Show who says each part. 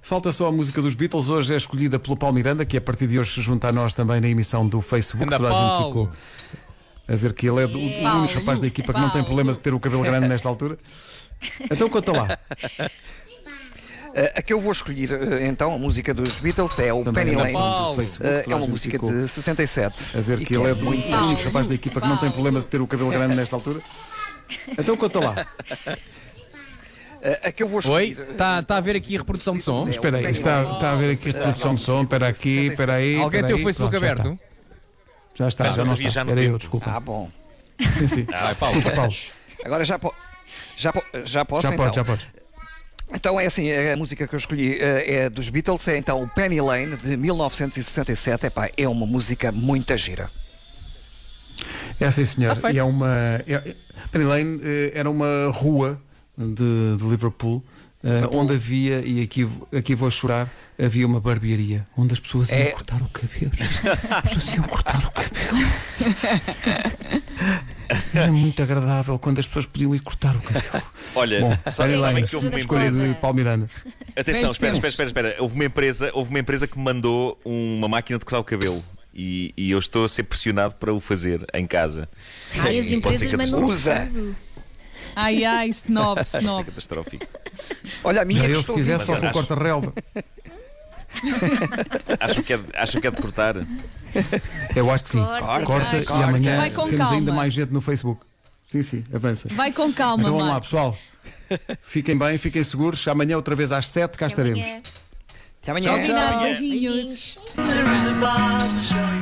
Speaker 1: Falta só a música dos Beatles, hoje é escolhida pelo Paulo Miranda, que a partir de hoje se junta a nós também na emissão do Facebook.
Speaker 2: Anda,
Speaker 1: Toda a gente
Speaker 2: Paulo.
Speaker 1: ficou a ver que ele é do- o
Speaker 3: Paulo.
Speaker 1: único rapaz da equipa que não tem
Speaker 3: Paulo.
Speaker 1: problema de ter o cabelo grande nesta altura. Então conta lá.
Speaker 4: Eh, A que eu vou escolher, eh, então, a música dos Beatles é o
Speaker 1: Também
Speaker 4: Penny
Speaker 1: na
Speaker 4: Lane.
Speaker 1: emissão do
Speaker 2: Paulo.
Speaker 1: Facebook.
Speaker 4: Eh, É
Speaker 1: toda a
Speaker 4: uma
Speaker 1: gente
Speaker 4: música
Speaker 1: ficou
Speaker 4: de 67.
Speaker 1: A ver
Speaker 4: e
Speaker 1: que ele é do
Speaker 4: muito
Speaker 1: muito único
Speaker 3: Paulo.
Speaker 1: rapaz da equipa que não tem
Speaker 3: Paulo.
Speaker 1: problema de ter o cabelo grande nesta altura. Então conta lá.
Speaker 4: Eh, A que eu vou
Speaker 2: Oi?
Speaker 4: escolher.
Speaker 1: Tá.
Speaker 4: eh,
Speaker 2: Está a ver aqui a reprodução de som?
Speaker 5: Espera aí, está, está a ver aqui a reprodução de som, espera aqui, espera aí.
Speaker 2: Alguém
Speaker 5: espera
Speaker 2: tem o
Speaker 5: aí,
Speaker 2: Facebook
Speaker 5: pronto, já
Speaker 2: aberto?
Speaker 5: está. Já está,
Speaker 6: Mas
Speaker 5: já não
Speaker 6: vamos viajar
Speaker 5: está.
Speaker 6: no
Speaker 5: Era eu,
Speaker 6: tempo.
Speaker 5: desculpa.
Speaker 4: Ah, bom.
Speaker 5: Sim, sim.
Speaker 6: Vai, Paulo.
Speaker 5: Desculpa, Paulo.
Speaker 4: Agora já, po já, po já posso.
Speaker 5: Já
Speaker 4: então?
Speaker 5: pode, já pode.
Speaker 4: Então é assim, a música que eu escolhi eh, é dos Beatles, é então o Penny Lane de 1967. Epá, é uma música muita gira.
Speaker 1: É sim, senhor.
Speaker 2: Tá feito.
Speaker 1: e é uma. É, Penny Lane eh, era uma rua de, de Liverpool. eh, onde havia, e aqui, aqui vou chorar, havia uma barbearia onde as pessoas iam
Speaker 4: É.
Speaker 1: cortar o cabelo. As pessoas iam cortar o cabelo. Era muito agradável quando as pessoas podiam ir cortar o cabelo.
Speaker 6: Olha,
Speaker 1: Bom,
Speaker 6: sa-
Speaker 1: Penny
Speaker 6: sabem
Speaker 1: Lane,
Speaker 6: que houve uma
Speaker 1: escolha
Speaker 6: empresa.
Speaker 1: de Paulo Miranda.
Speaker 6: Atenção,
Speaker 2: Tem
Speaker 6: espera, espera, espera, espera. Houve uma empresa, houve uma empresa que me mandou uma máquina de cortar o cabelo. E, e eu estou a ser pressionado para o fazer em casa.
Speaker 3: Ai, as
Speaker 6: E pode ser
Speaker 3: empresas mandam um
Speaker 4: Usa.
Speaker 3: tudo.
Speaker 7: Ai, ai, snob, snob.
Speaker 6: é. catastrófico.
Speaker 4: Olha, a minha é
Speaker 1: Já
Speaker 4: que
Speaker 1: eu, se
Speaker 4: estou
Speaker 1: quiser,
Speaker 4: viva.
Speaker 1: só com o
Speaker 6: acho-
Speaker 1: corta-relva.
Speaker 6: Acham que, é, de- acham que é de cortar?
Speaker 1: Eu acho que sim.
Speaker 3: Corta,
Speaker 1: Corta, e
Speaker 3: corta.
Speaker 1: amanhã
Speaker 7: Vai com
Speaker 1: temos ainda
Speaker 7: calma.
Speaker 1: mais gente no Facebook. Sim, sim, avança.
Speaker 7: Vai com calma,
Speaker 1: então vamos lá,
Speaker 7: Marco.
Speaker 1: pessoal. Fiquem bem, fiquem seguros. Amanhã, outra vez às 7, cá estaremos.
Speaker 3: Amanhã.
Speaker 4: Até amanhã.
Speaker 7: Combinado, beijinhos.
Speaker 3: Beijinhos.
Speaker 8: There is a barbershop